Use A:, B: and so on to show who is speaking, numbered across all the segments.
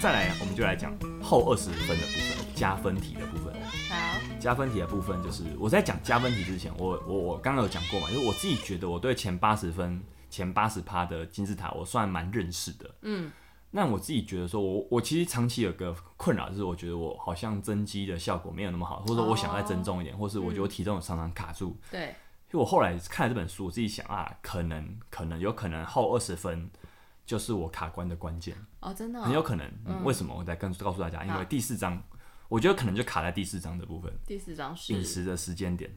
A: 再来，啊我们就来讲后二十分的部分，加分题的部分。
B: 好，
A: 加分题的部分就是我在讲加分题之前，我我我刚刚有讲过嘛，就是我自己觉得我对前八十分、前八十趴的金字塔我算蛮认识的。
B: 嗯，
A: 那我自己觉得说我我其实长期有个困扰，就是我觉得我好像增肌的效果没有那么好，或者说我想再增重一点，或是我觉得我体重常常卡住。
B: 对，
A: 就我后来看了这本书，我自己想啊，可能可能有可能后二十分就是我卡关的关键。
B: 哦，真的、哦，
A: 很有可能。嗯为什么？我再跟告诉大家，因为第四章，我觉得可能就卡在第四章的部分，
B: 第四张是
A: 饮，食的时间点，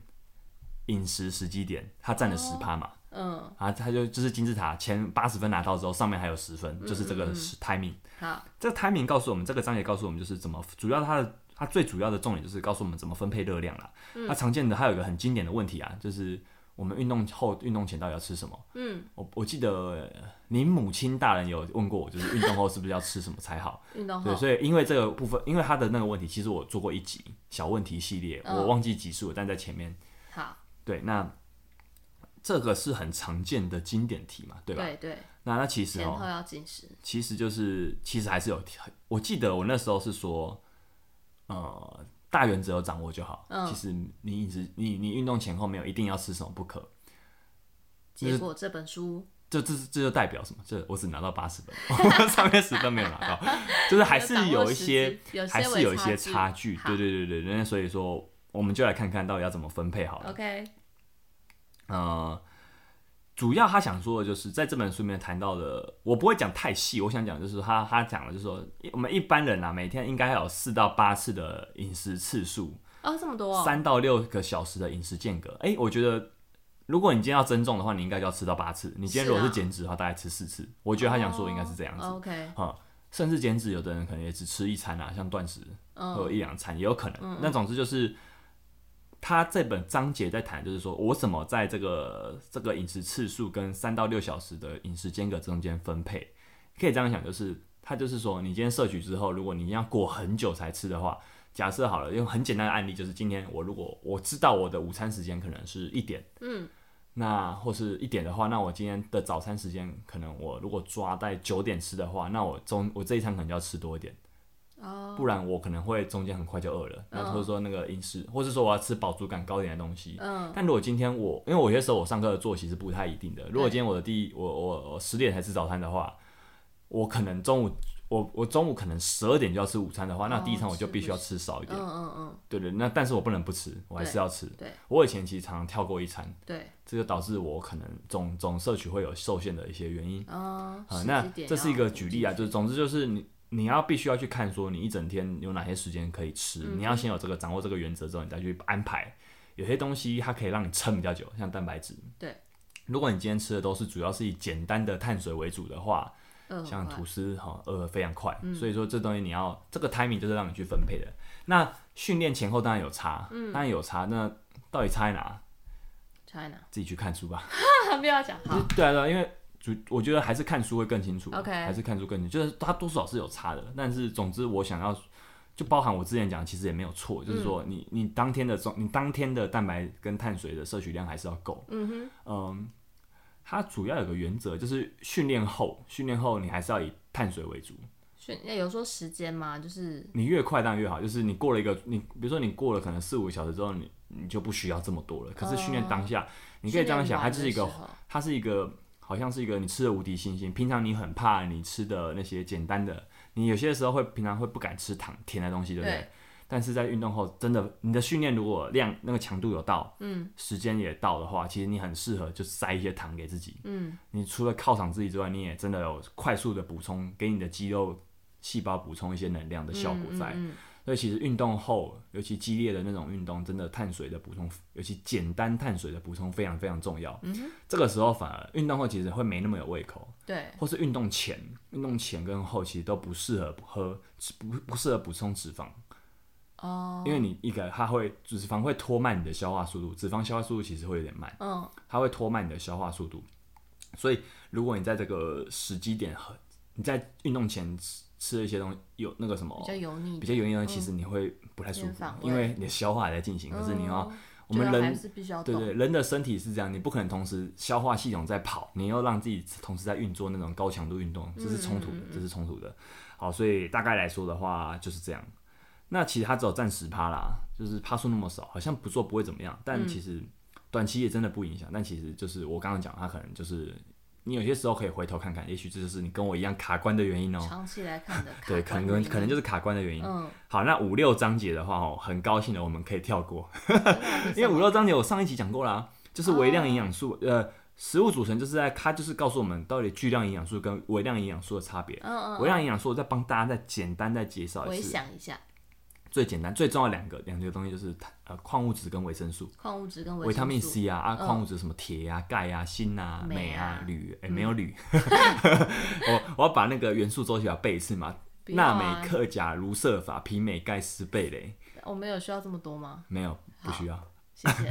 A: 饮食时机点，它占了十趴嘛，
B: 嗯，
A: 啊，它就就是金字塔前八十分拿到之后，上面还有十分，就是这个是 timing。
B: 好，
A: 这个 timing 告诉我们，这个章节告诉我们就是怎么，主要它的它最主要的重点就是告诉我们怎么分配热量啦。它常见的还有一个很经典的问题啊，就是我们运动后、运动前到底要吃什么？
B: 嗯，
A: 我我记得呃您母亲大人有问过我，就是运动后是不是要吃什么才好？
B: 运动
A: 对，
B: 后，
A: 所以因为这个部分，因为他的那个问题，其实我做过一集小问题系列，
B: 嗯
A: 我忘记集数了，但在前面。
B: 好，
A: 对，那这个是很常见的经典题嘛，对吧？
B: 对对，
A: 那那其实
B: 前
A: 哦
B: 后，要进食，
A: 其实就是其实还是有，我记得我那时候是说，呃，大原则有掌握就好。
B: 嗯
A: 其实你饮食，你你运动前后没有一定要吃什么不可，就是
B: 结果这本书
A: 这这这就代表什么？这我只拿到八十分，我上面十分没有拿到，就是还是
B: 掌握
A: 有一
B: 时
A: 些
B: 机有
A: 还
B: 些
A: 是
B: 微
A: 有一些
B: 距
A: 差距。
B: 好
A: 对对对对，那所以说，我们就来看看到底要怎么分配好了。
B: ，OK，
A: 呃，主要他想说的就是在这本书里面谈到的，我不会讲太细，我想讲就是他他讲的就是说，一我们一般人啊，每天应该要有四到八次的饮食次数，
B: 哦，这么多、哦，
A: 三到六个小时的饮食间隔。哎、我觉得。如果你今天要增重的话，你应该就要吃到八次。你今天
B: 是
A: 如果是
B: 啊哦
A: 减脂的话，大概吃四次。我觉得他想说的应该是这样子。
B: o k
A: 哈、甚至减脂，有的人可能也只吃一餐啊，像断食，
B: 嗯
A: 或者一两餐也有可能。那总之就是，他这本章节在谈，就是说我怎么在这个这个饮食次数跟三到六小时的饮食间隔中间分配。可以这样想，就是他就是说，你今天摄取之后，如果你要过很久才吃的话，假设好了，用很简单的案例，就是今天我如果我知道我的午餐时间可能是一点，
B: 嗯，
A: 那或是一点的话，那我今天的早餐时间可能我如果抓在九点吃的话，那我中我这一餐可能就要吃多一点，
B: 哦，
A: 不然我可能会中间很快就饿了。那
B: 嗯
A: 或者说那个饮食，或是说我要吃饱足感高一点的东西。
B: 嗯，
A: 但如果今天我，因为我有些时候我上课的作息是不太一定的。如果今天我的第一，我我我十点才吃早餐的话，我可能中午我我中午可能十二点就要吃午餐的话，那
B: 哦
A: 第一餐我就
B: 吃
A: 必
B: 不
A: 须要吃
B: 起
A: 少一点
B: 嗯。嗯嗯，
A: 对对，那但是我不能不吃，我还
B: 对
A: 是要吃。
B: 对
A: 我以前其实常常跳过一餐，
B: 对，
A: 这就导致我可能总总摄取会有受限的一些原因
B: 哦，
A: 啊、
B: 时
A: 那
B: 机点
A: 这是一
B: 要
A: 个
B: 补
A: 举
B: 进
A: 例啊，
B: 去
A: 就是总之就是你你要必须要去看说你一整天有哪些时间可以吃，
B: 嗯
A: 你要先有这个掌握这个原则之后，你再去安排。有些东西它可以让你撑比较久，像蛋白质。
B: 对，
A: 如果你今天吃的都是主要是以简单的碳水为主的话，
B: 嗯
A: 像
B: 快嗯
A: 吐司哈饿得非常快，所以说这东西你要这个 timing 就是让你去分配的。那训练前后当然有差，
B: 嗯
A: 当然有差。那到底差在哪？
B: China，
A: 自己去看书吧。
B: 不要讲好，
A: 对啊，对啊，因为主我觉得还是看书会更清楚啊
B: OK
A: 还是看书更清楚，就是它多少是有差的，但是总之我想要。就包含我之前讲，其实也没有错，
B: 嗯
A: 就是说你你当天的中，你当天的蛋白跟碳水的摄取量还是要够。嗯哼，嗯，它主要有个原则，就是训练后，训练后你还是要以碳水为主。
B: 训那有说时间吗？就是
A: 你越快当然越好，就是你过了一个你，比如说你过了可能四五个小时之后，你你就不需要这么多了。可是训练当下，你可以这样
B: 哦训练
A: 想，它
B: 完
A: 就
B: 的
A: 是一个
B: 时候
A: 它是一个好像是一个你吃的无敌星星。平常你很怕你吃的那些简单的，你有些时候会平常会不敢吃糖甜的东西，对不对？
B: 对
A: 但是在运动后，真的你的训练如果量那个强度有到，嗯，时间也到的话，其实你很适合就塞一些糖给自己，嗯，你除了犒赏自己之外，你也真的有快速的补充给你的肌肉细胞补充一些能量的效果
B: 嗯
A: 在。所以其实运动后，尤其激烈的那种运动，真的碳水的补充，尤其简单碳水的补充非常非常重要。嗯、这个时候反而运动后其实会没那么有胃口，
B: 对，
A: 或是运动前，运动前跟后其实都不适合喝，不不适合补充脂肪，
B: 哦，
A: 因为你一个它会脂肪会拖慢你的消化速度，脂肪消化速度其实会有点慢，
B: 嗯，
A: 它会拖慢你的消化速度。所以如果你在这个时机点喝，你在运动前吃吃了一些东西，有那个什么
B: 比较油腻
A: 比，较油腻的东西，其实你会不太舒
B: 先
A: 服
B: 反，胃
A: 因为你的消化还在进行，可是你要我们
B: 就要还
A: 人
B: 是必须要
A: 对
B: 动，
A: 对人的身体是这样，你不可能同时消化系统在跑，你要让自己同时在运作那种高强度运动，这是冲突的，这是冲突的。好，所以大概来说的话就是这样。那其实它只有占十趴啦，就是趴数那么少，好像不做不会怎么样，但其实短期也真的不影响。但其实就是我刚刚讲，它可能就是你有些时候可以回头看看，也许这就是你跟我一样卡关的原因哦、
B: 长期来看 的
A: 对，可能可能
B: 就
A: 就是卡关的原因。
B: 嗯，
A: 好，那五六章节的话哦，很高兴的我们可以跳过，因为五
B: 我
A: 六章节我上一集讲过啦、就是微
B: 啊
A: 量营养素，呃，食物组成就是在它就是告诉我们到底巨量营养素跟微量营养素的差别。
B: 嗯嗯
A: 微量营养素我再帮大家再简单再介绍一
B: 回
A: 次，
B: 想一下，
A: 最简单最重要的两个两个东西就是呃矿物质跟维生素，
B: 矿物质跟
A: 维他命
B: 生素
A: C 啊啊
B: 嗯
A: 矿物质什么铁啊钙啊锌啊
B: 镁
A: 镁啊
B: 啊
A: 铝哎、没有 铝，我我要把那个元素周期表背一次嘛，
B: 不要
A: 钠
B: 啊
A: 镁克钾卢瑟法皮镁钙斯贝雷
B: 我们有需要这么多吗？
A: 没有不需要。
B: 谢谢，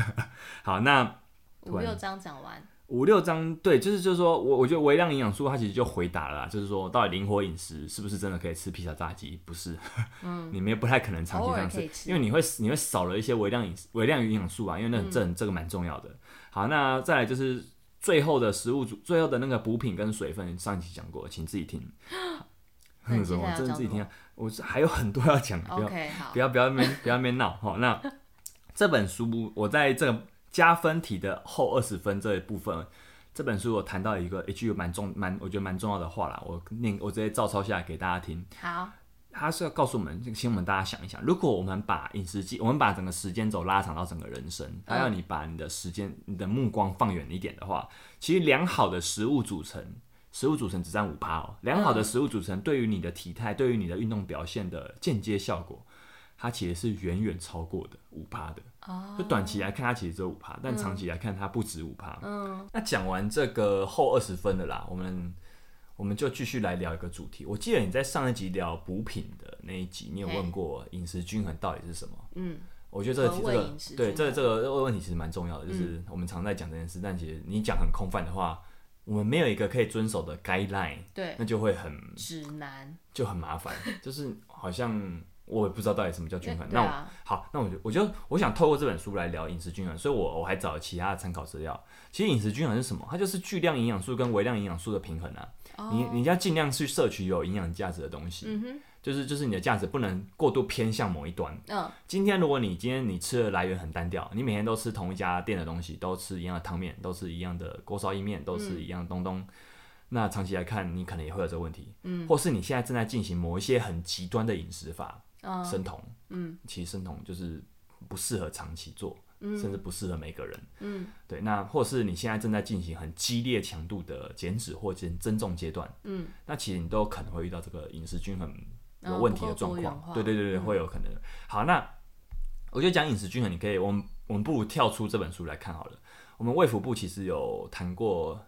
A: 好，那
B: 五六章讲完，
A: 五六章，对，就是就是说我我觉得微量营养素它其实就回答了啦就是说到底灵活饮食是不是真的可以吃披萨炸鸡？不是， 嗯，你们也不太可能长期这样
B: 偶尔可以
A: 吃，
B: 吃
A: 因为你会你会少了一些微量饮食微量营养素啊，因为
B: 嗯
A: 那这、这个蛮重要的。好，那再来就是最后的食物组，最后的那个补品跟水分，上一期讲过，请自己听。
B: 那你
A: 什
B: 接下来
A: 么？
B: 要
A: 真的
B: 讲
A: 自己
B: 什
A: 听、
B: 么哦
A: 啊，我是还有很多要讲，不要
B: OK，好
A: 不，要不要面不要面闹 哈。齁那这本书我在这个加分题的后二十分这一部分，这本书我谈到一个一句蛮重蛮我觉得蛮重要的话啦，我念我直接照抄下来给大家听。
B: 好，
A: 它是要告诉我们，请我们大家想一想，如果我们把饮食记，我们把整个时间轴拉长到整个人生，它要你把你的时间、你的目光放远一点的话，其实良好的食物组成，食物组成只占五趴哦，良好的食物组成对于你的体态、对于你的运动表现的间接效果，它其实是远远超过的五趴的。
B: 哦
A: 就短期来看，它其实只有五趴，但长
B: 嗯
A: 期来看，它不止五趴。嗯，那讲完这个后二十分的啦，我们我们就继续来聊一个主题。我记得你在上一集聊补品的那一集，你有
B: 嘿
A: 问过饮食均衡到底是什么？
B: 嗯，
A: 我觉得这个
B: 何
A: 题
B: 谓
A: 这个
B: 饮食
A: 对
B: 均
A: 这个
B: 衡嗯
A: 这个这个问题其实蛮重要的，就是我们常在讲这件事，但其实你讲很空泛的话，我们没有一个可以遵守的 guideline，
B: 对
A: 那，就会很
B: 指南，
A: 就很麻烦，就是好像我也不知道到底什么叫均衡。
B: 对
A: 那我
B: 啊，
A: 好，那我就我就我想透过这本书来聊饮食均衡，所以我我还找了其他的参考资料。其实饮食均衡是什么？它就是巨量营养素跟微量营养素的平衡啊。你你要尽量去摄取有营养价值的东西，
B: 嗯哼，
A: 就是就是你的价值不能过度偏向某一端。
B: 嗯，
A: 今天如果你今天你吃的来源很单调，你每天都吃同一家店的东西，都吃一样的汤面，都吃一样的锅烧意面，都吃一样的东东，那长期来看，你可能也会有这个问题。嗯，或是你现在正在进行某一些很极端的饮食法，
B: 嗯
A: 生酮，
B: 嗯，
A: 其实生酮就是不适合长期做，甚至不适合每个人。嗯，对。那或是你现在正在进行很激烈强度的减脂或减增重阶段，
B: 嗯，
A: 那其实你都可能会遇到这个饮食均衡有
B: 嗯
A: 问
B: 不
A: 题的
B: 够多
A: 状
B: 元
A: 况。
B: 化嗯
A: 对对对对，会有可能。好，那我觉得讲饮食均衡，你可以，我们我们不如跳出这本书来看好了。我们卫福部其实有谈过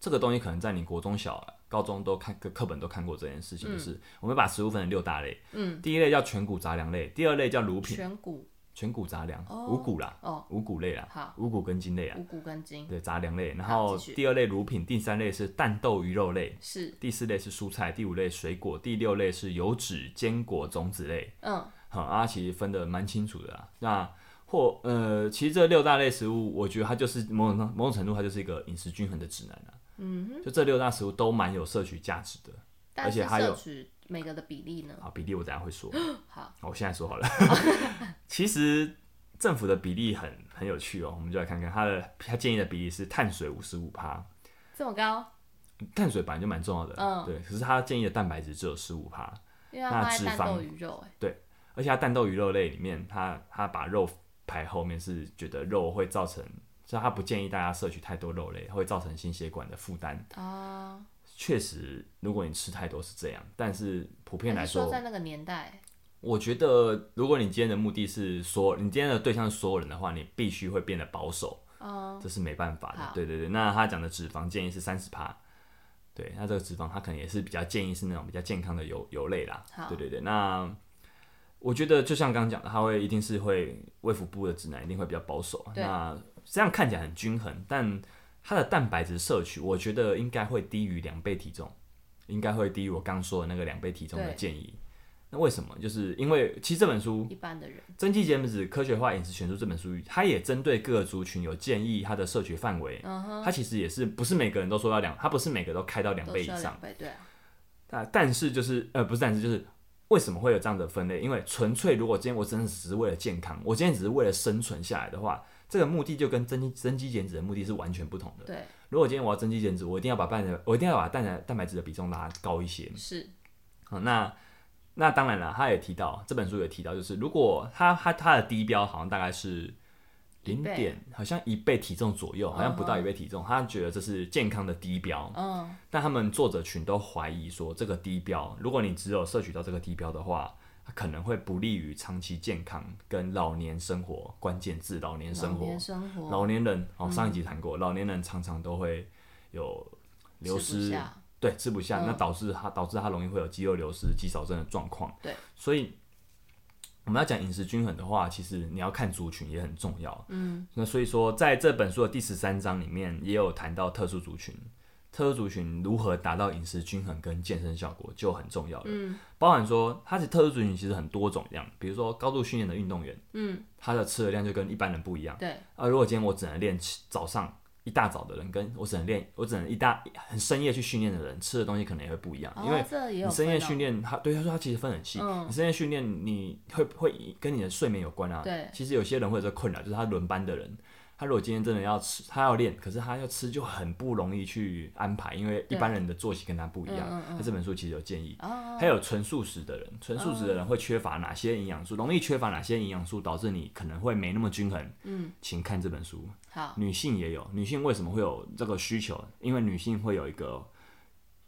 A: 这个东西，可能在你国中小、高中都看课课本都看过这件事情，就是我们把食物分成六大类，
B: 嗯，
A: 第一类叫全谷杂粮类，第二类叫乳品，
B: 颧骨
A: 全谷杂粮、
B: 哦
A: 五谷啦，
B: 哦，
A: 五谷类啦，
B: 好，
A: 五谷根茎类啊，
B: 五谷根茎
A: 对杂粮类，然
B: 好
A: 后
B: 继续
A: 第二类乳品，第三类是蛋豆鱼肉类，
B: 是，
A: 第四类是蔬菜，第五类水果，第六类是油脂、坚果、种子类。
B: 嗯，
A: 好、啊，其实分的蛮清楚的啦。那或呃，其实这六大类食物，我觉得它就是某种某种程度，它就是一个饮食均衡的指南啊。嗯，就这六大食物都蛮有摄取价值的。
B: 但是
A: 而且还有
B: 摄取每个的比例呢？
A: 好，比例我等一下会说。
B: 哦好，
A: 我现在说好了。 其实政府的比例很很有趣哦，我们就来看看它的它建议的比例是碳水五十五趴，
B: 这么高，
A: 碳水本来就蛮重要的，
B: 嗯
A: 对。可是它建议的蛋白质只有十五趴，
B: 因为它
A: 那
B: 放
A: 脂
B: 在蛋
A: 肪
B: 豆鱼肉，哎，
A: 而且它蛋豆鱼肉类里面，它它把肉排后面是觉得肉会造成，所以它不建议大家摄取太多肉类，会造成心血管的负担。
B: 啊，
A: 确实，如果你吃太多是这样，但是普遍来
B: 还是
A: 说，
B: 在那个年代，
A: 我觉得如果你今天的目的是说你今天的对象是所有人的话，你必须会变得保守，
B: 嗯，
A: 这是没办法的
B: 好。
A: 对对对，那他讲的脂肪建议是三十趴，对，那这个脂肪它可能也是比较建议是那种比较健康的油油类啦
B: 好。
A: 对对对，那我觉得就像刚刚讲的，它会一定是会卫福部的指南一定会比较保守啊。
B: 对
A: 那这样看起来很均衡，但它的蛋白质摄取，我觉得应该会低于两倍体重，应该会低于我刚说的那个两倍体重的
B: 对
A: 建议。那为什么？就是因为其实这本书
B: 一般的人，
A: 《增肌减脂科学化饮食全书》这本书，它也针对各族群有建议它的摄取范围。
B: 嗯哼，
A: 它其实也是不是每个人都说要两，它不是每个都开到两
B: 都
A: 倍以
B: 需要
A: 上
B: 两。倍，对啊，
A: 但但是就是呃不是但是就是为什么会有这样的分类？因为纯粹如果今天我真的只是为了健康，我今天只是为了生存下来的话，这个目的就跟增肌增肌减脂的目的是完全不同的。
B: 对，
A: 如果今天我要增肌减脂，我一定要把蛋白我一定要把蛋白蛋白质的比重拉高一些。
B: 是，
A: 好，那那当然了，他也提到这本书有提到，就是如果他他他的低标好像大概是
B: 一
A: 零
B: 倍
A: 点，好像一倍体重左右，好像不到一倍体重，他觉得这是健康的低标。
B: 嗯，
A: 但他们作者群都怀疑说，这个低标，如果你只有摄取到这个低标的话，它可能会不利于长期健康跟老年生活。关键字：老年生
B: 老
A: 活
B: 年。嗯生活
A: 老年人哦，上一集谈过，老年人常常都会有流
B: 吃不
A: 失
B: 下
A: 对，吃不下，
B: 嗯
A: 那导致它导致它容易会有肌肉流失、肌少症的状况。
B: 对，
A: 所以我们要讲饮食均衡的话，其实你要看族群也很重要。嗯，那所以说，在这本书的第十三章里面，也有谈到特殊族群。特殊族群如何达到饮食均衡跟健身效果就很重要了。嗯，包含说它的特殊族群其实很多种样，比如说高度训练的运动员，嗯，他的吃的量就跟一般人不一样。
B: 对，
A: 啊，如果今天我只能练起早上一大早的人，跟我只能练我只能一大很深夜去训练的人，吃的东西可能也会不一样，因为
B: 哦、这也有
A: 你深夜
B: 分哦嗯
A: 训练，他对他说他其实分很细，你深夜训练你会会跟你的睡眠有关啊。
B: 对，
A: 其实有些人会有这个困扰，就是他轮班的人。他如果今天真的要吃，他要练，可是他要吃就很不容易去安排，因为一
B: 对
A: 般人的作息跟他不一样。
B: 嗯
A: 那这本书其实有建议，
B: 哦，
A: 还有纯素食的人，纯素食的人会缺乏哪些营养素？容易缺乏哪些营养素，导致你可能会没那么均衡？嗯，请看这本书。
B: 好，
A: 女性也有，女性为什么会有这个需求？因为女性会有一个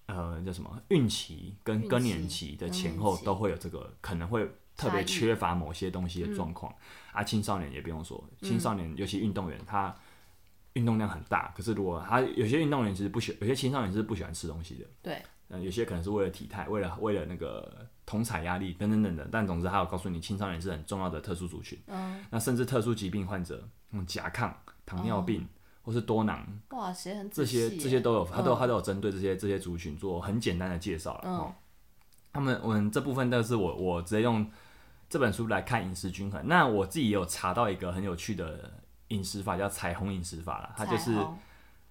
A: 呃叫什么孕期跟
B: 孕
A: 更年
B: 期
A: 期的
B: 更
A: 前
B: 年
A: 后
B: 期
A: 都会有这个，可能会特
B: 差
A: 别
B: 异嗯
A: 缺乏某些东西的状况。啊，青少年也不用说，青少年尤其运动员，他运动量很大，可是如果他有些运动员其实不喜，有些青少年是不喜欢吃东西的。
B: 对，
A: 嗯，有些可能是为了体态，为了为了那个同彩压力等等等等，但总之还有告诉你，青少年是很重要的特殊族群。
B: 嗯，
A: 那甚至特殊疾病患者，嗯，甲亢、糖尿病、或是多囊，
B: 哇，写很
A: 这
B: 仔细欸
A: 些
B: 哦耶
A: 这些都有，他都他都有针对这些这些族群做很简单的介绍了。
B: 嗯
A: 哦，他们我们这部分都是我我直接用这本书来看饮食均衡。那我自己也有查到一个很有趣的饮食法，叫彩虹饮食法啦，它就是
B: 彩虹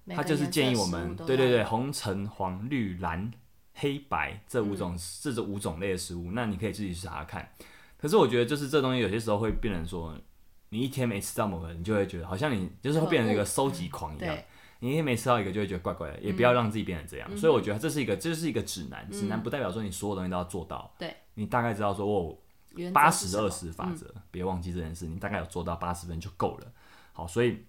B: 每
A: 他
B: 个
A: 就是
B: 颜色
A: 建议我
B: 食
A: 们
B: 物，都
A: 对对
B: 要
A: 对，红、橙、黄、绿、蓝、黑白这五种、
B: 嗯
A: 这这五种类的食物，那你可以自己去查看。可是我觉得，就是这东西有些时候会变成说，你一天没吃到某个，你就会觉得好像你就是会变成一个收集狂一样
B: 对。嗯
A: 你一天没吃到一个，就会觉得怪怪的，也不要让自己变成这样。所以我觉得这是一个，这是一个指南。指南不代表说你所有东西都要做到，
B: 对
A: 你大概知道说，哦我
B: 原则
A: 八
B: 是
A: 十
B: 什么
A: 二十法则，别、忘记这件事，你大概有做到八十分就够了。好，所以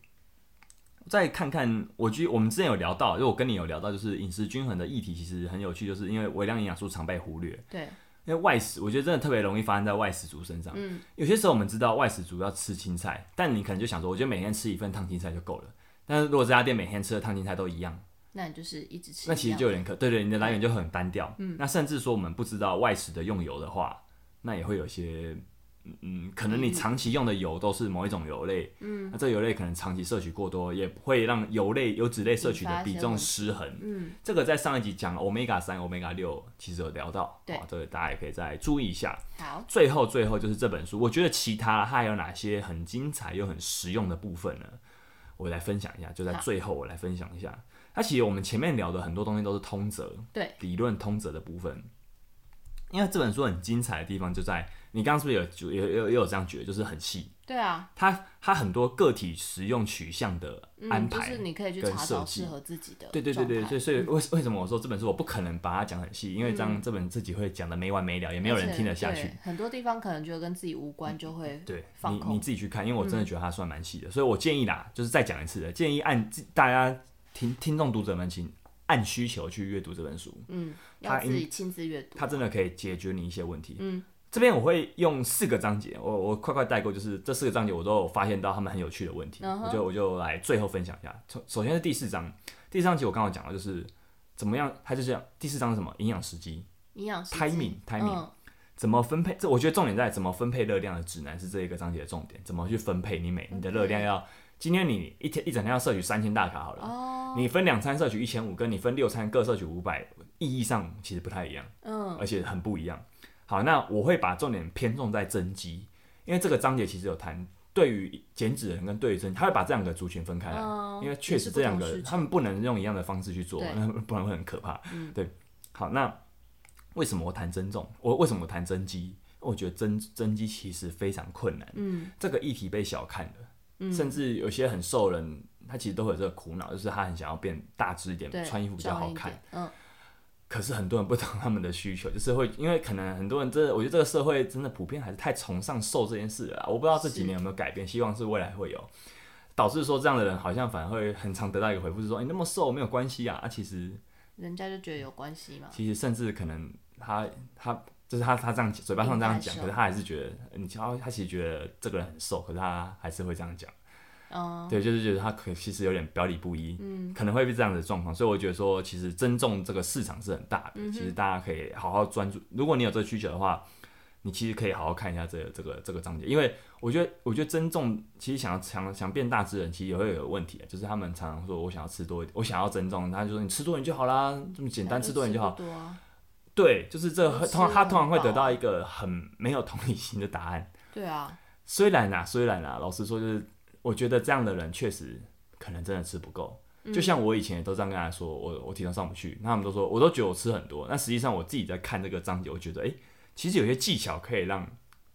A: 再看看，我觉得我们之前有聊到，就我跟你有聊到，就是饮食均衡的议题，其实很有趣，就是因为微量营养素常被忽略，
B: 对
A: 因为外食，我觉得真的特别容易发生在外食族身上。嗯，有些时候我们知道外食族要吃青菜，但你可能就想说，我觉得每天吃一份烫青菜就够了。但是如果这家店每天吃的烫青菜都一样，
B: 那你就是一直吃一样的，
A: 那其实就有点可对对，你的来源就很单调。嗯，那甚至说我们不知道外食的用油的话，那也会有一些，嗯嗯，可能你长期用的油都是某一种油类，嗯，那这油类可能长期摄取过多，也会让油类油脂类摄取的比重失衡。嗯，这个在上一集讲 omega 三、omega 六其实有聊到，
B: 对
A: 好这个大家也可以再注意一下。
B: 好，
A: 最后最后就是这本书，我觉得其他它还有哪些很精彩又很实用的部分呢？我来分享一下，就在
B: 好
A: 最后我来分享一下。它其实我们前面聊的很多东西都是通则，
B: 对，
A: 理论通则的部分。因为这本书很精彩的地方就在你刚刚是不是有有有也有这样觉得，就是很细，
B: 对啊，
A: 它它很多个体实用取向的安
B: 嗯，就
A: 排，
B: 是你可以去
A: 跟
B: 查
A: 设
B: 找
A: 计
B: 适合自己的
A: 对对对对，
B: 状态
A: 所
B: 嗯
A: 以所以为为什么我说这本书我不可能把它讲很细，因为这样这本自己会讲的没完没了，也没有
B: 而
A: 人
B: 且
A: 听得下去嗯
B: 对。很多地方可能觉得跟自己无关，就会
A: 对
B: 放
A: 你
B: 空嗯
A: 你自己去看，因为我真的觉得它算蛮细的，所以我建议啦，就是再讲一次的，建议按自大家听听众读者们，请按需求去阅读这本书，
B: 嗯，
A: 他
B: 要自己亲自阅读。
A: 它真的可以解决你一些问题。嗯，这边我会用四个章节，我我快快带过，就是这四个章节我都有发现到他们很有趣的问题，
B: 嗯哼
A: 我就我就来最后分享一下。首首先是第四章，第四章节我刚刚讲了，就是怎么样，它就这样。第四章是什么？营养时机。
B: 营养师
A: timing- timing
B: 嗯，
A: 怎么分配？这我觉得重点在怎么分配热量的指南是这一个章节的重点。怎么去分配你每你的热量要？今天你一天一整天要摄取三千大卡好
B: 哦
A: 了，你分两餐摄取一千五，跟你分六餐各摄取五百，意义上其实不太一样，
B: 嗯，
A: 而且很不一样。好，那我会把重点偏重在增肌，因为这个章节其实有谈对于减脂人跟对于增，他会把这两个族群分开来，
B: 嗯
A: 哎因为确实这两个他们不能用一样的方式去做
B: 对，嗯
A: 那 不然会很可怕。对，好，那为什么我谈增重？我为什么我谈增肌？我觉得增增肌其实非常困难，
B: 嗯，
A: 这个议题被小看了，甚至有些很瘦的人，他其实都会有这个苦恼，就是他很想要变大只一点
B: 对，，
A: 穿衣服比较
B: 壮
A: 好
B: 一
A: 看，
B: 点，嗯，
A: 可是很多人不懂他们的需求， 就是会因为可能很多人真的，我觉得这个社会真的普遍还是太崇尚瘦这件事了啦。我不知道这几年有没有改变，希望是未来会有，导致说这样的人好像反而会很常得到一个回复，是说你、那么瘦没有关系啊。啊其实
B: 人家就觉得有关系嘛，
A: 其实甚至可能他他就是他他这样嘴巴上这样讲，
B: 应该瘦
A: 可是他还是觉得呃你瞧他其实觉得这个人很瘦，可是他还是会这样讲。
B: 嗯，
A: 对，就是觉得他可其实有点表里不一，嗯，可能会被这样的状况，所以我觉得说，其实增重这个市场是很大的，其实大家可以好好专注。如果你有这个需求的话，你其实可以好好看一下这个这个这个章节，因为我觉得我觉得增重其实想要想想变大之人，其实也会有问题，啊就是他们常常说我想要吃多一点，我想要增重，他就说你吃多一点就好啦，这么简单，吃多一点就好。
B: 吃不多啊，
A: 对，就是这
B: 我
A: 个
B: 吃
A: 通常他
B: 很
A: 通常会得
B: 饱
A: 到一个很没有同理心的答案。
B: 对啊，
A: 虽然啊，虽然啊，老实说，就是我觉得这样的人确实可能真的吃不够。
B: 嗯
A: 就像我以前也都这样跟他说，我我体重上不去，那他们都说，我都觉得我吃很多。那实际上我自己在看这个章节，我觉得，诶，其实有些技巧可以让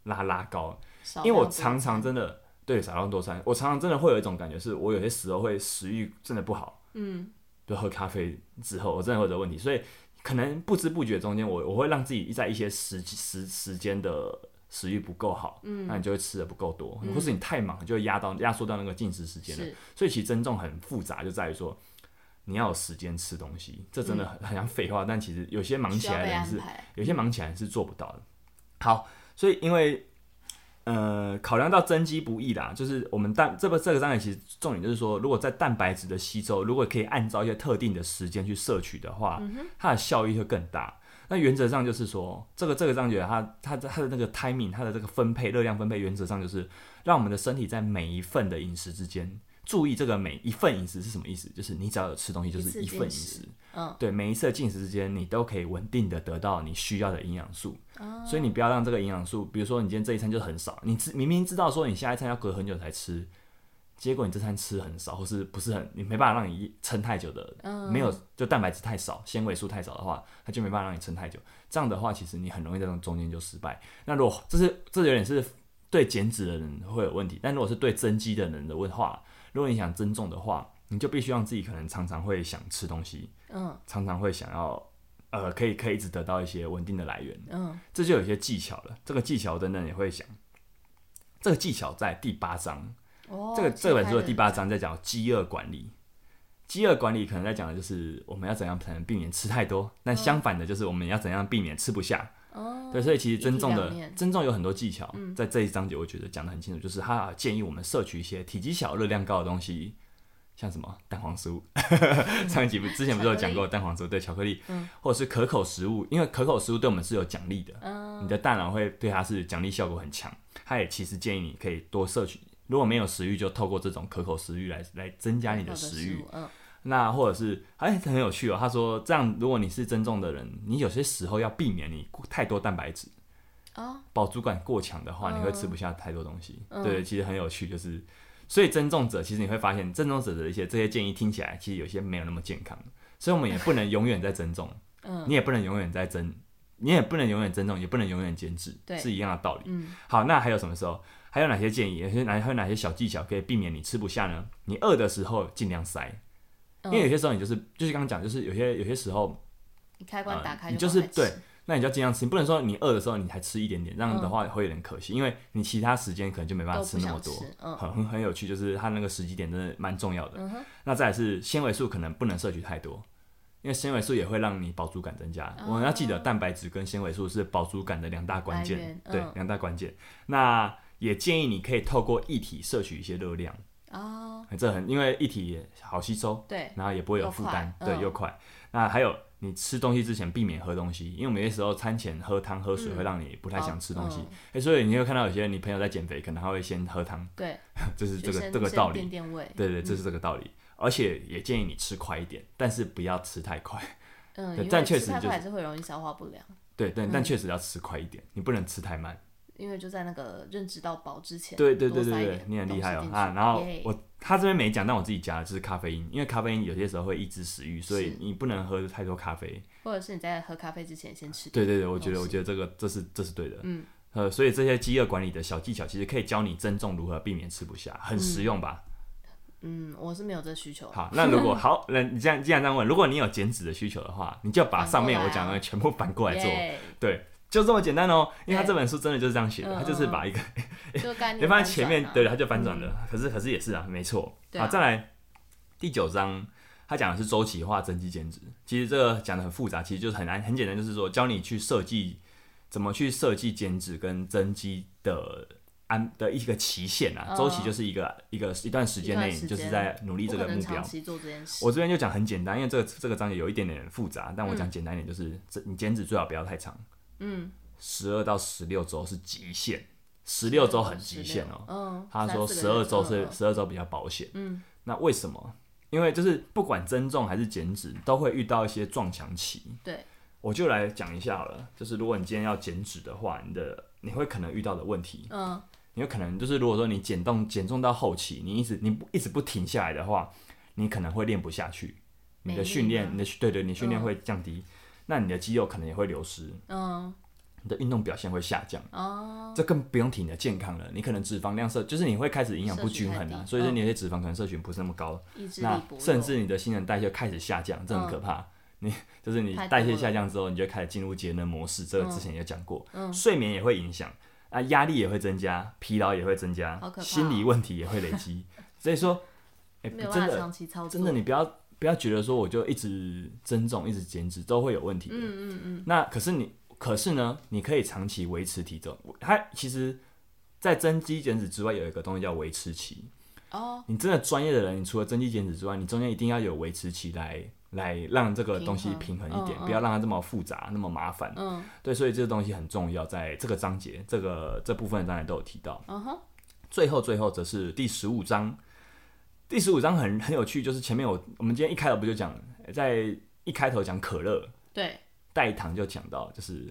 A: 拉拉高，
B: 少
A: 因为我
B: 量多
A: 常常
B: 餐
A: 真的对少量多餐，我常常真的会有一种感觉，是我有些时候会食欲真的不好，
B: 嗯，
A: 就喝咖啡之后，我真的会有这个问题，所以可能不知不觉中间，我我会让自己在一些时时时间的食欲不够好，嗯，那你就会吃的不够多，或是你太忙就会压到压缩到那个进食时间了。
B: 嗯是
A: 所以其实增重很复杂，就在于说你要有时间吃东西，这真的很很像废话，但其实有些忙
B: 嗯需
A: 起
B: 要
A: 来的
B: 被
A: 人
B: 安
A: 是
B: 排，
A: 有些忙起来是做不到的。好，所以因为呃，考量到增肌不易啦，就是我们蛋这个这个章节其实重点就是说，如果在蛋白质的吸收，如果可以按照一些特定的时间去摄取的话，
B: 嗯
A: 它的效益会更大。那原则上就是说，这个这个章节它它的它的那个 timing，它的这个分配热量分配原则上就是让我们的身体在每一份的饮食之间。注意这个每一份饮食是什么意思？就是你只要有吃东西，就
B: 一次
A: 是一
B: 进
A: 份饮
B: 食
A: 食。
B: 嗯，
A: 对，每一次的进食之间，你都可以稳定的得到你需要的营养素。所以你不要让这个营养素，比如说你今天这一餐就很少，你知明明知道说你下一餐要隔很久才吃，结果你这餐吃很少，或是不是很你没办法让你撑太久的，没有就蛋白质太少，纤维素太少的话，它就没办法让你撑太久。这样的话，其实你很容易在中间就失败。那如果这是这有点是对减脂的人会有问题，但如果是对增肌的人的问话，如果你想增重的话，你就必须让自己可能常常会想吃东西，
B: 嗯
A: 常常会想要，呃，可以可以一直得到一些稳定的来源，
B: 嗯，
A: 这就有一些技巧了。这个技巧等等也会讲，这个技巧在第八章，
B: 哦，
A: 这个这本书的第
B: 八，
A: 八章在讲饥饿管理。饥饿管理可能在讲的就是我们要怎样才能避免吃太多，那相反的就是我们要怎样避免吃不下。
B: 哦，
A: 对，所以其实增重
B: 一体两
A: 的
B: 面嗯
A: 增重有很多技巧，在这一章节我觉得讲的很清楚，就是他建议我们摄取一些体积小、热量高的东西，像什么蛋黄酥，
B: 嗯
A: 上一集不之前不是有讲过蛋黄酥，对，巧克力，或者是可口食物，因为可口食物对我们是有奖励的，
B: 嗯
A: 你的大脑会对它是奖励效果很强。他也其实建议你可以多摄取，如果没有食欲，就透过这种可口食欲来来增加你的
B: 好
A: 食欲
B: 物。，嗯，
A: 那或者是哎、很有趣哦。他说这样，如果你是增重的人，你有些时候要避免你过太多蛋白质。
B: 啊，
A: 饱足感过强的
B: 哦
A: 话，你会吃不下太多东西。
B: 嗯
A: 对，其实很有趣，就是所以增重者其实你会发现，增重者的一些这些建议听起来其实有些没有那么健康，所以我们也不能永远在增重，
B: 嗯
A: 你也不能永远在增，你也不能永远增重，也不能永远减脂
B: 对，
A: 是一样的道理。
B: 嗯
A: 好，那还有什么时候？还有哪些建议？有些哪还有哪些小技巧可以避免你吃不下呢？你饿的时候尽量塞，因
B: 嗯
A: 为有些时候你就是就是刚刚讲，就是有些有些时候
B: 你开关
A: 呃
B: 打开，
A: 你就是对，那你就尽量吃，你不能说你饿的时候你才吃一点点，这样的话会有点可惜，因为你其他时间可能就没办法
B: 都
A: 吃
B: 不
A: 那么
B: 想
A: 多。
B: 吃，嗯，
A: 很很很有趣，就是它那个时机点真的蛮重要的。那再来是纤维素可能不能摄取太多，因为纤维素也会让你饱足感增
B: 啊
A: 加。我们要记得蛋白质跟纤维素是饱足感的两大关
B: 来源
A: 键，
B: 嗯
A: 对，两大关键。那也建议你可以透过液体摄取一些热量，
B: 哦，
A: 这很因为液体也好吸收，
B: 对，
A: 然后也不会有负担，
B: 又快嗯
A: 对，又快。那还有你吃东西之前避免喝东西，因为我们有些时候餐前喝汤喝水会让你不太想吃东西，
B: 嗯哦
A: 诶，所以你会看到有些你朋友在减肥，可能他会先喝汤，
B: 对，
A: 这是这
B: 就
A: 个
B: 先
A: 这个
B: 先嗯
A: 道
B: 垫
A: 理，
B: 垫胃，
A: 对对，这是这个道理。而且也建议你吃快一点，但是不要吃太快。
B: 嗯，
A: 对
B: 因
A: 但
B: 为
A: 确
B: 吃
A: 实
B: 太
A: 就
B: 快还是会容易消化不良，
A: 对对，但确实要吃快一点，你不能吃太慢。
B: 因为就在那个认知到饱之前，
A: 对对对
B: 多塞
A: 对
B: 一
A: 对
B: 点，
A: 你很厉害哦
B: 东西进去
A: 啊！然后
B: 耶
A: 我他这边没讲，但我自己加的就是咖啡因，因为咖啡因有些时候会抑制食欲，所以
B: 是
A: 你不能喝太多咖啡。
B: 或者是你在喝咖啡之前先吃，
A: 对对对，我觉
B: 哦
A: 得
B: 是
A: 我觉得这个这是这是对的。
B: 嗯，
A: 呃，所以这些饥饿管理的小技巧，其实可以教你增重如何避免吃不下，很实用吧？
B: 嗯，我是没有这需求，
A: 好，那如 果好，那你这样既然这样问，如果你有减脂的需求的话，你就把
B: 反过
A: 上面
B: 来
A: 我
B: 啊
A: 讲的全部反过来做，
B: 耶
A: 对，就这么简单哦。因为他
B: 对
A: 这本书真的就是这样写的，
B: 嗯
A: 他就是
B: 嗯
A: 把一个
B: 就概念
A: 你
B: 翻转啊。
A: 发现前面对，他就翻转了，可是可是也是啊，没错。
B: 嗯对啊
A: 好，再来第九章，他讲的是周期化增肌减脂。其实这个讲的很复杂，其实就是很难很简单，就是说教你去设计怎么去设计减脂跟增肌的安的一个期限啊。
B: 嗯
A: 周期就是一个一个一段时间内，
B: 一段时
A: 你
B: 间
A: 就是在努力
B: 不
A: 这
B: 可
A: 个
B: 能
A: 目标
B: 长。期做这件事。
A: 我这边就讲很简单，因为这个这个章节有一点点复杂，但我讲简单一点，就是、这你减脂最好不要太长，
B: 嗯，
A: 十二到十六周是极限，十六周很极限哦、
B: 嗯，
A: 他说
B: 三四
A: 十
B: 个
A: 二
B: 月
A: 周是
B: 嗯嗯
A: 十二周比较保险。
B: 嗯，
A: 那为什么？因为就是不管增重还是减脂，都会遇到一些撞墙期。
B: 对，
A: 我就来讲一下好了，就是如果你今天要减脂的话，你的你会可能遇到的问题，
B: 嗯，
A: 你有可能就是如果说你减重减重到后期，你一直你不一直不停下来的话，你可能会练不下去，你的
B: 没
A: 训
B: 力
A: 练
B: 吗，
A: 你的对对，你训练
B: 嗯
A: 会降低，那你的肌肉可能也会流失，
B: 嗯，
A: 你的运动表现会下降。
B: 哦，
A: 这更不用提你的健康了，你可能脂肪量摄，就是你会开始营养不均衡
B: 摄取
A: 啊
B: 太，低
A: 所以说你有些脂肪可能摄取不是那么高，
B: 意志力
A: 那
B: 薄弱，嗯
A: 甚至你的新陈代谢开始下降，这很可怕。你就是你
B: 太多
A: 代谢
B: 了
A: 下降之后，你就开始进入节能模式，这个之前也讲过，
B: 嗯
A: 睡眠也会影响，啊，压力也会增加，疲劳也会增加
B: 好，可怕哦
A: 心理问题也会累积，所以说，哎、
B: 没有
A: 真
B: 办法
A: 的
B: 长期操作，
A: 真的，你不要不要觉得说我就一直增重，一直减脂都会有问题的。
B: 嗯嗯嗯，
A: 那可是你，可是呢，你可以长期维持体重。它其实，在增肌减脂之外，有一个东西叫维持期。
B: 哦，
A: 你真的专业的人，你除了增肌减脂之外，你中间一定要有维持期来来让这个
B: 平
A: 东西
B: 衡
A: 平衡一点，
B: 嗯嗯
A: 不要让它这么复杂、那么麻烦。
B: 嗯
A: 对，所以这个东西很重要，在这个章节、这个这部分的章节都有提到。
B: 嗯哼，
A: 最后最后则是第十五章。第十五章很很有趣，就是前面我我们今天一开头不就讲，在一开头讲可乐
B: 对，
A: 代糖就讲到就是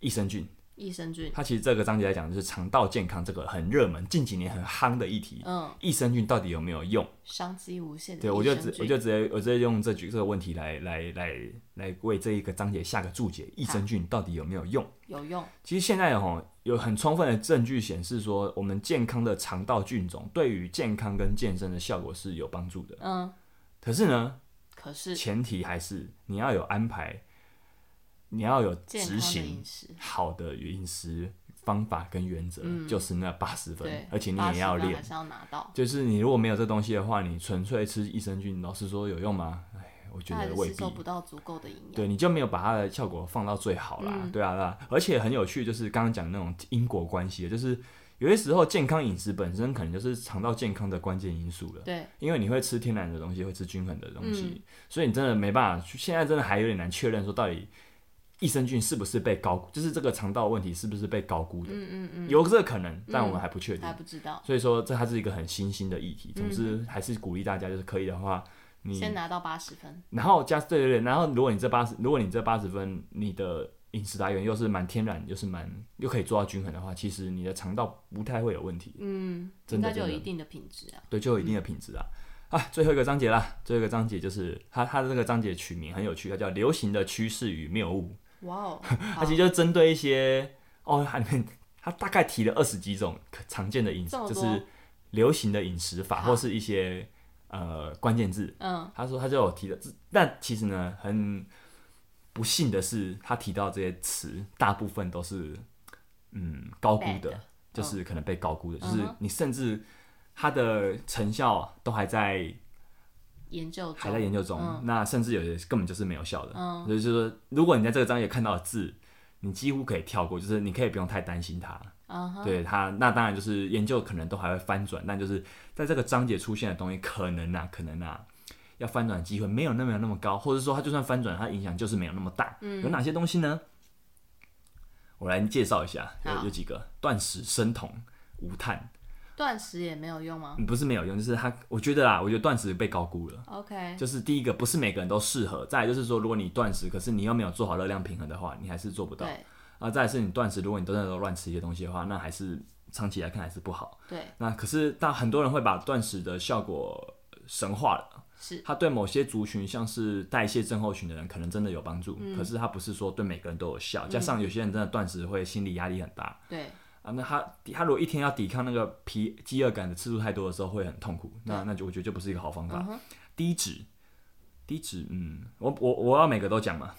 A: 益生菌，
B: 益生菌，
A: 它其实这个章节来讲就是肠道健康这个很热门，近几年很夯的议题。
B: 嗯，
A: 益生菌到底有没有用？
B: 商机无限的
A: 对
B: 益
A: 我
B: 生菌，
A: 就直我就直接我直接用这句这个问题来来来来为这一个章节下个注解：益生菌到底有没有用？
B: 有用，
A: 其实现在哦，有很充分的证据显示说，我们健康的肠道菌种对于健康跟健身的效果是有帮助的。
B: 嗯，
A: 可是呢，
B: 可是
A: 前提还是你要有安排，你要有
B: 健
A: 执
B: 康的
A: 行
B: 饮食，
A: 好的饮食方法跟原则，
B: 嗯
A: 就是那八十分
B: 对，，
A: 而且你
B: 80
A: 也要
B: 分
A: 练
B: 还。是要拿到，
A: 就是你如果没有这东西的话，你纯粹吃益生菌，老实说有用吗？哎，我觉
B: 他还
A: 得
B: 是
A: 未
B: 吸
A: 必
B: 收。不到足够的营养，
A: 对，你就没有把它的效果放到最好啦，
B: 嗯
A: 对啊，对啊，而且很有趣，就是刚刚讲那种因果关系，就是有些时候健康饮食本身可能就是肠道健康的关键因素了，
B: 对，
A: 因为你会吃天然的东西，会吃均衡的东西，
B: 嗯
A: 所以你真的没办法去，现在真的还有点难确认说到底益生菌是不是被高估，就是这个肠道问题是不是被高估的，
B: 嗯嗯嗯，
A: 有这个可能，但我们还不确定。
B: 还不知道，
A: 所以说，这它是一个很新兴的议题。总之，还是鼓励大家，就是可以的话，你
B: 先拿到八十分，
A: 然后加对对对，然后如果你这八十，如果你这八十分，你的饮食来源又是蛮天然，又是蛮又可以做到均衡的话，其实你的肠道不太会有问题，
B: 嗯，
A: 真
B: 应
A: 的
B: 该就有
A: 真的
B: 一定的品质 啊，
A: 对，就有一定的品质啊。啊，最后一个章节啦，最后一个章节就是它它的这个章节取名很有趣，它叫“流行的趋势与谬误
B: 哇 哦，”，
A: 它其实就是针对一些哦，它里面它大概提了二十几种可常见的饮食
B: 这，么
A: 就
B: 多
A: 是流行的饮食法
B: 好
A: 或是一些呃关键字，
B: 嗯，
A: 他说他就有提的，这但其实呢，很不幸的是，他提到这些词大部分都是嗯高估的
B: Bad 的
A: 就是可能被高估的，
B: 嗯
A: 就是你甚至它的成效都还在
B: 研究
A: 还在
B: 中，
A: 研究中，
B: 嗯
A: 那甚至有些根本就是没有效的。
B: 嗯
A: 所以就是说，如果你在这个章节看到的字，你几乎可以跳过，就是你可以不用太担心它。
B: 嗯哼，
A: 对它，那当然就是研究可能都还会翻转，但就是在这个章节出现的东西，可能啊，可能啊，要翻转的机会没有那么有那么高，或者说它就算翻转，它影响就是没有那么大。
B: 嗯
A: 有哪些东西呢？我来介绍一下，有
B: 好
A: 有几个：断食、生酮、无碳。
B: 断食也没有用吗
A: 嗯不是没有用，就是它，我觉得啊，我觉得断食被高估了。
B: ？OK，
A: 就是第一个，不是每个人都适合；再来就是说，如果你断食，可是你又没有做好热量平衡的话，你还是做不到。
B: 对
A: 啊，再来是你断食，如果你真的都乱吃一些东西的话，那还是长期来看还是不好。
B: 对
A: 那可是，但很多人会把断食的效果神化了。
B: 是，
A: 它对某些族群，像是代谢症候群的人，可能真的有帮助，可是它不是说对每个人都有效。加上有些人真的断食会心理压力很大、
B: 对
A: 啊，那他他如果一天要抵抗那个疲饥饿感的次数太多的时候，会很痛苦。那那就我觉得就不是一个好方法。低脂，低脂，嗯，我我我要每个都讲嘛，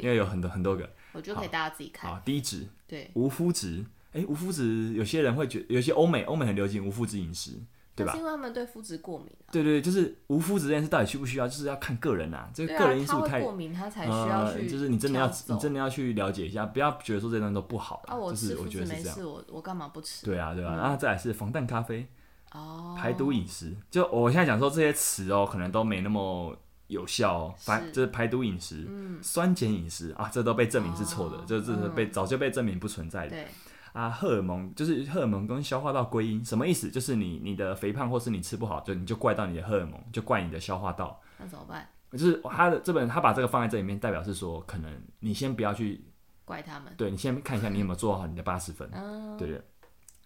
A: 因为有很多很多个。
B: 我觉得可以大家自己看。
A: 好，低脂，
B: 对，
A: 无麸质，诶，无麸质，有些人会觉有些欧美欧美很流行无麸质饮食，对
B: 但
A: 吧
B: 是？因为他们对肤质过敏啊，
A: 对对，对就是无麸质这件事到底需不需要，就是要看个人啊，这
B: 对
A: 个
B: 啊，
A: 个人因素
B: 他
A: 太
B: 会过敏，他才需要去、
A: 呃，就是你真的要你真的
B: 的
A: 要去了解一下，不要觉得说这些东西都不好啦
B: 啊，我
A: 就
B: 吃
A: 是我
B: 肤
A: 觉
B: 质
A: 得是
B: 没嗯
A: 这样。
B: 事，我我干嘛不吃？
A: 对啊，对啊，然后再来是防弹咖啡、
B: 哦，
A: 排毒饮食。就我现在讲说这些词哦，可能都没那么有效哦。反
B: 是嗯
A: 就是排毒饮食、酸碱饮食啊，这都被证明是错的，
B: 哦
A: 就这是被、早就被证明不存在的。
B: 对
A: 啊，荷尔蒙就是荷尔蒙跟消化道归因，什么意思？就是你你的肥胖或是你吃不好，就你就怪到你的荷尔蒙，就怪你的消化道。
B: 那怎么办？
A: 就是他的这本他把这个放在这里面，代表是说，可能你先不要去，
B: 怪他们。
A: 对你先看一下你有没有做好你的八十分，
B: 嗯，
A: 对不对？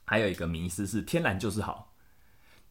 A: 还有一个迷思是天然就是好，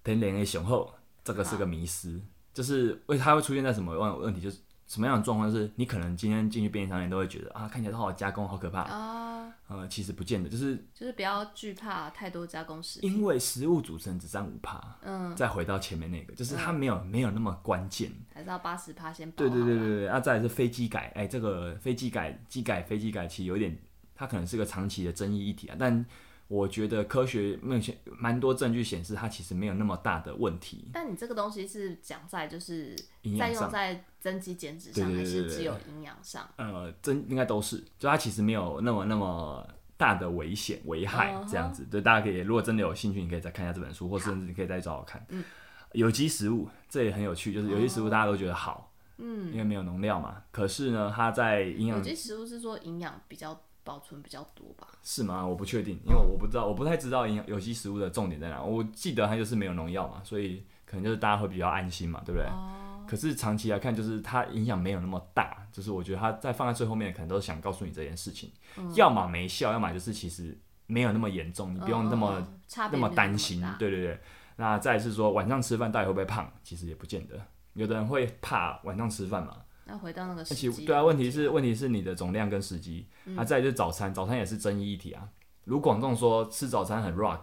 A: 天然的雄厚，这个是个迷思，就是为它会出现在什么问问题？就是什么样的状况？就是你可能今天进去便利商店都会觉得啊，看起来都好加工，好可怕。
B: 啊，
A: 呃，其实不见得，就是
B: 就是不要惧怕太多加工食品。
A: 因为食物组成只占五趴，
B: 嗯，
A: 再回到前面那个，就是它没有、没有那么关键。
B: 还是要八十趴先保
A: 对对对对
B: 好啦，
A: 对，那、再来是飞机改，哎、这个飞机改、机改、飞机改，其实有一点，它可能是个长期的争议议题啊。但我觉得科学目前蛮多证据显示，它其实没有那么大的问题。
B: 但你这个东西是讲在就是
A: 营养
B: 在用
A: 上
B: 在增肌减脂上，
A: 对对
B: 还
A: 对
B: 是
A: 对
B: 只
A: 对
B: 有营养上？
A: 呃，真应该都是，就它其实没有那么那么大的危险危害
B: 嗯哼
A: 这样子。对，大家可以如果真的有兴趣，你可以再看一下这本书，或甚至你可以再找找看。
B: 嗯哦
A: 有机食物这也很有趣，就是有机食物大家都觉得好，
B: 嗯，
A: 因为没有农药嘛。可是呢，它在营
B: 有
A: 养
B: 机食物是说营养比较保存比较多吧？
A: 是吗？我不确定，因为
B: 嗯
A: 我不知道，我不太知道营养有机食物的重点在哪。我记得它就是没有农药嘛，所以可能就是大家会比较安心嘛，对不对？
B: 哦，
A: 可是长期来看，就是它影响没有那么大，就是我觉得它在放在最后面，可能都想告诉你这件事情，
B: 嗯
A: 要么没效，要么就是其实没有那么严重，你不用那么、
B: 嗯嗯嗯差别
A: 那么
B: 没有
A: 担心
B: 大。
A: 对对对，那再来是说晚上吃饭到底会不会胖，其实也不见得，有的人会怕晚上吃饭嘛，
B: 那回到那个
A: 而
B: 时
A: 且
B: 机，嗯
A: 对啊，问题是问题是你的总量跟时机，啊，再来就是早餐，早餐也是争议议题啊。卢广仲说吃早餐很 rock，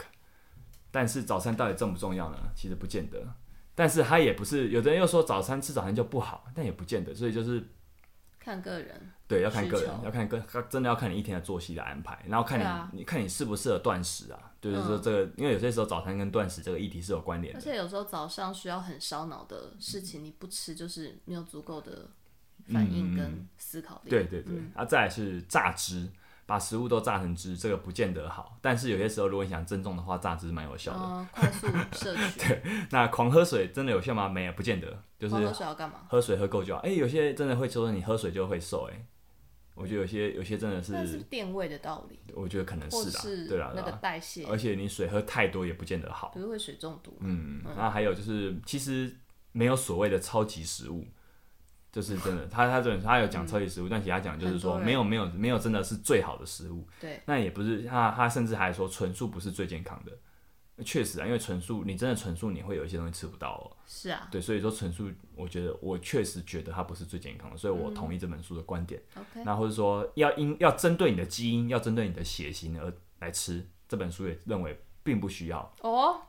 A: 但是早餐到底重不重要呢？其实不见得。但是他也不是，有的人又说早餐吃早餐就不好，但也不见得。所以就是
B: 看个人，
A: 对，要看
B: 需
A: 个人
B: 求，
A: 要看跟真的要看你一天的作息的安排，然后看你、
B: 对啊嗯
A: 你看你适不适合断食啊。对，就是说这个，因为有些时候早餐跟断食这个议题是有关联的。
B: 而且有时候早上需要很烧脑的事情，你不吃就是没有足够的反应跟思考
A: 嗯
B: 力。嗯
A: 对对对，啊，再来是榨汁，把食物都榨成汁，这个不见得好。但是有些时候，如果你想增重的话，榨汁蛮有效的。
B: 嗯，快速摄 取，
A: 那狂喝水真的有效吗？没有，不见得，就是
B: 光喝水要干嘛？
A: 喝水喝够就好。哎、有些真的会说你喝水就会瘦、哎，我觉得有些有些真的
B: 那是
A: 是，
B: 变味的道理，
A: 我觉得可能
B: 或者
A: 啦，
B: 是
A: 对啦，啊
B: 那
A: 对
B: 个嗯
A: 啦。
B: 代谢，
A: 而且你水喝太多也不见得好
B: 不。是会水中毒吗？
A: 嗯，那还有就是，其实没有所谓的超级食物，就是真的，他他这本他有讲超级食物，但其实他讲就是说
B: 嗯很多人
A: 没有没有没有真的是最好的食物，
B: 对，
A: 那也不是他他甚至还说纯素不是最健康的。确实啊，因为纯素你真的纯素，你会有一些东西吃不到哦。
B: 是啊
A: 对，所以说陈述，我觉得我确实觉得它不是最健康的，所以我
B: 嗯
A: 同意这本书的观点。
B: ，OK，
A: 那或者说要因要针对你的基因，要针对你的血型而来吃，这本书也认为并不需要。
B: 哦，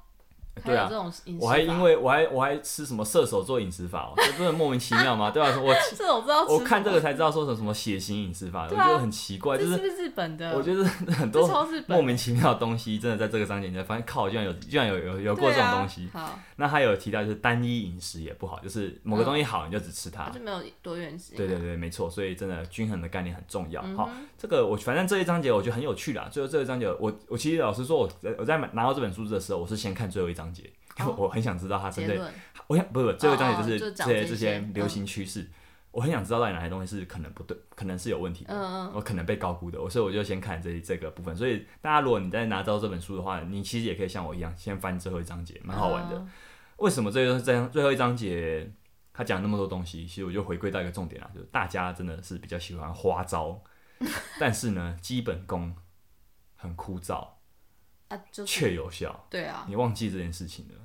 B: 还
A: 对
B: 有
A: 啊
B: 这种饮食
A: 我还
B: 法
A: 因为我还我还吃什么射手座饮食法、哦，这真的莫名其妙吗？对吧、 我
B: 这种不知道吃
A: 我看这
B: 什
A: 个才知道说什么什么血型饮食法，我
B: 对啊
A: 觉得很奇怪，
B: 么
A: 就
B: 这是
A: 是
B: 不是日本的？
A: 我觉得很
B: 这
A: 多
B: 超 日本
A: 莫名其妙的东西，真的在这个章节你才发现，靠，居然有居然有有有
B: 有
A: 过这种东西。
B: 好，
A: 那还有提到就是单一饮食也不好，就是某个东西好你就只吃它
B: 它，啊就没有多元性，
A: 对对对，没错，所以真的均衡的概念很重
B: 嗯
A: 要。好，这个我反正这一章节我觉得很有趣啦。最后这一章节我，我其实老实说，我在我在买拿到这本书的时候，我是先看最后一章节，因为
B: 哦
A: 我很想知道它针
B: 结
A: 啊对，
B: 论
A: 我想不是不是最后一章
B: 哦
A: 节就
B: 就
A: 是
B: 讲
A: 些
B: 这
A: 些
B: 些
A: 流行趋势。我很想知道到底哪些东西是可能不对，可能是有问题的，
B: 嗯
A: 我可能被高估的，我所以我就先看这这个部分。所以大家如果你在拿到这本书的话，你其实也可以像我一样，先翻最后一章节，蛮好玩的。
B: 嗯
A: 为什么最后这样最后一章节他讲那么多东西？其实我就回归到一个重点啊，就是大家真的是比较喜欢花 招，但是呢，基本功很枯燥
B: 啊，就是
A: 却有效。
B: 对啊，
A: 你忘记这件事情了，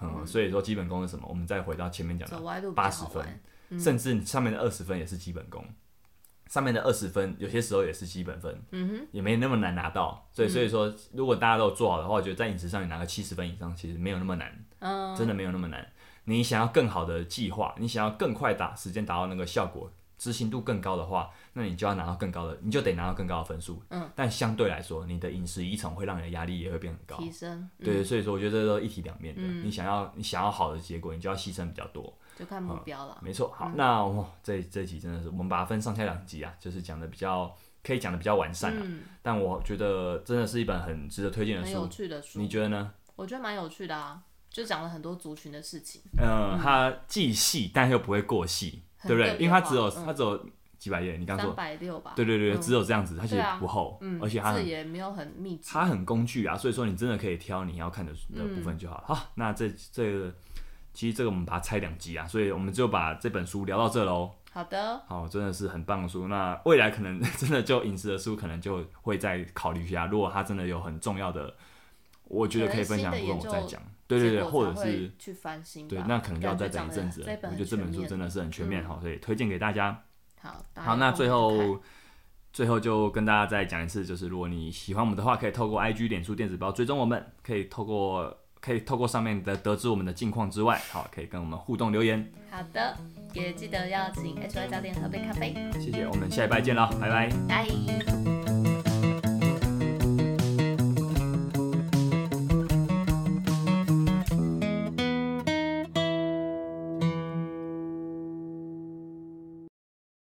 A: 嗯，所以说基本功是什么？我们再回到前面讲的
B: 走歪路比较
A: 八十
B: 好玩
A: 分，，甚至上面的二十分也是基本功，上面的二十分有些时候也是基本分，
B: 嗯哼，
A: 也没那么难拿到。
B: 嗯
A: 所以所以说，如果大家都有做好的话，我觉得在饮食上你拿个七十分以上，其实没有那么难，
B: 嗯，
A: 真的没有那么难。你想要更好的计划，你想要更快达时间达到那个效果，执行度更高的话，那你就要拿到更高的，你就得拿到更高的分数。
B: 嗯，
A: 但相对来说，你的饮食依从会让你的压力也会变很高。
B: 提升，嗯，
A: 对，所以说我觉得这都一体两面的。你想要你想要好的结果，你就要牺牲比较多。
B: 就看目标了，
A: 没错，好，那我这这集真的是我们把它分上下两集啊，就是讲的比较可以讲的比较完善啊。
B: 嗯，
A: 但我觉得真的是一本很值得推荐的
B: 很有
A: 书，
B: 趣的书
A: 你，觉得呢？
B: 我觉得蛮有趣的啊，就讲了很多族群的事情，
A: 呃，它既细但又不会过细，
B: 嗯很
A: 对不对？
B: 个
A: 因为它
B: 别
A: 只有
B: 化嗯
A: 它只有几百页，你刚
B: 三
A: 说，
B: 百六吧，
A: 对对对，
B: 嗯
A: 只有这样子，它其
B: 对
A: 实
B: 啊
A: 不厚，
B: 嗯，
A: 而且它
B: 字
A: 很
B: 也没有很密集，
A: 它很工具啊，所以说你真的可以挑你要看的的部
B: 嗯
A: 分就好了。好，那这这个其实这个我们把它拆两集啊，所以我们就把这本书聊到这喽。
B: 好的，
A: 好，哦真的是很棒的书。那未来可能 真的就饮食的书，可能就会再考虑一下。如果它真的有很重要的，我觉得可以分享
B: 可
A: 的
B: 能
A: 部
B: 新的
A: 分，
B: 研
A: 我再
B: 究
A: 讲。对对对，
B: 结果
A: 或者
B: 才
A: 是
B: 会去翻新吧，
A: 对，那可能要
B: 感觉
A: 再等
B: 讲
A: 一
B: 得
A: 阵子了
B: 这。
A: 我觉
B: 本很
A: 得这
B: 全
A: 本书
B: 面
A: 真的是很全面，好，所以推荐给大家。
B: 好，大家
A: 好，那
B: 有空
A: 最
B: 就看
A: 后最后就跟大家再讲一次，就是如果你喜欢我们的话，可以透过 IG、脸书电子报追踪我们，可以透过可以透过上面的得知我们的近况之外，好，可以跟我们互动留言。
B: 好的，也记得要请 HY 教练喝杯咖啡，
A: 谢谢，我们下一拜见喽，拜拜。
B: 拜。